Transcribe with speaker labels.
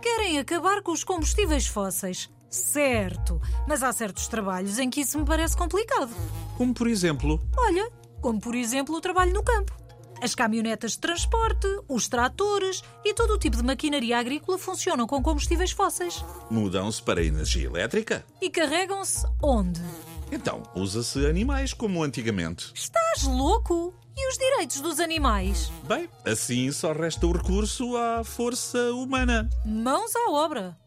Speaker 1: querem acabar com os combustíveis fósseis. Certo, mas há certos trabalhos em que isso me parece complicado.
Speaker 2: Como, por exemplo,
Speaker 1: Olha, como por exemplo o trabalho no campo. As caminhonetas de transporte, os tratores e todo o tipo de maquinaria agrícola funcionam com combustíveis fósseis.
Speaker 2: mudam-se para a energia elétrica?
Speaker 1: E carregam-se onde?
Speaker 2: Então, usa-se animais como antigamente.
Speaker 1: Estás louco? E os direitos dos animais?
Speaker 2: Bem, assim só resta o recurso à força humana.
Speaker 1: Mãos à obra!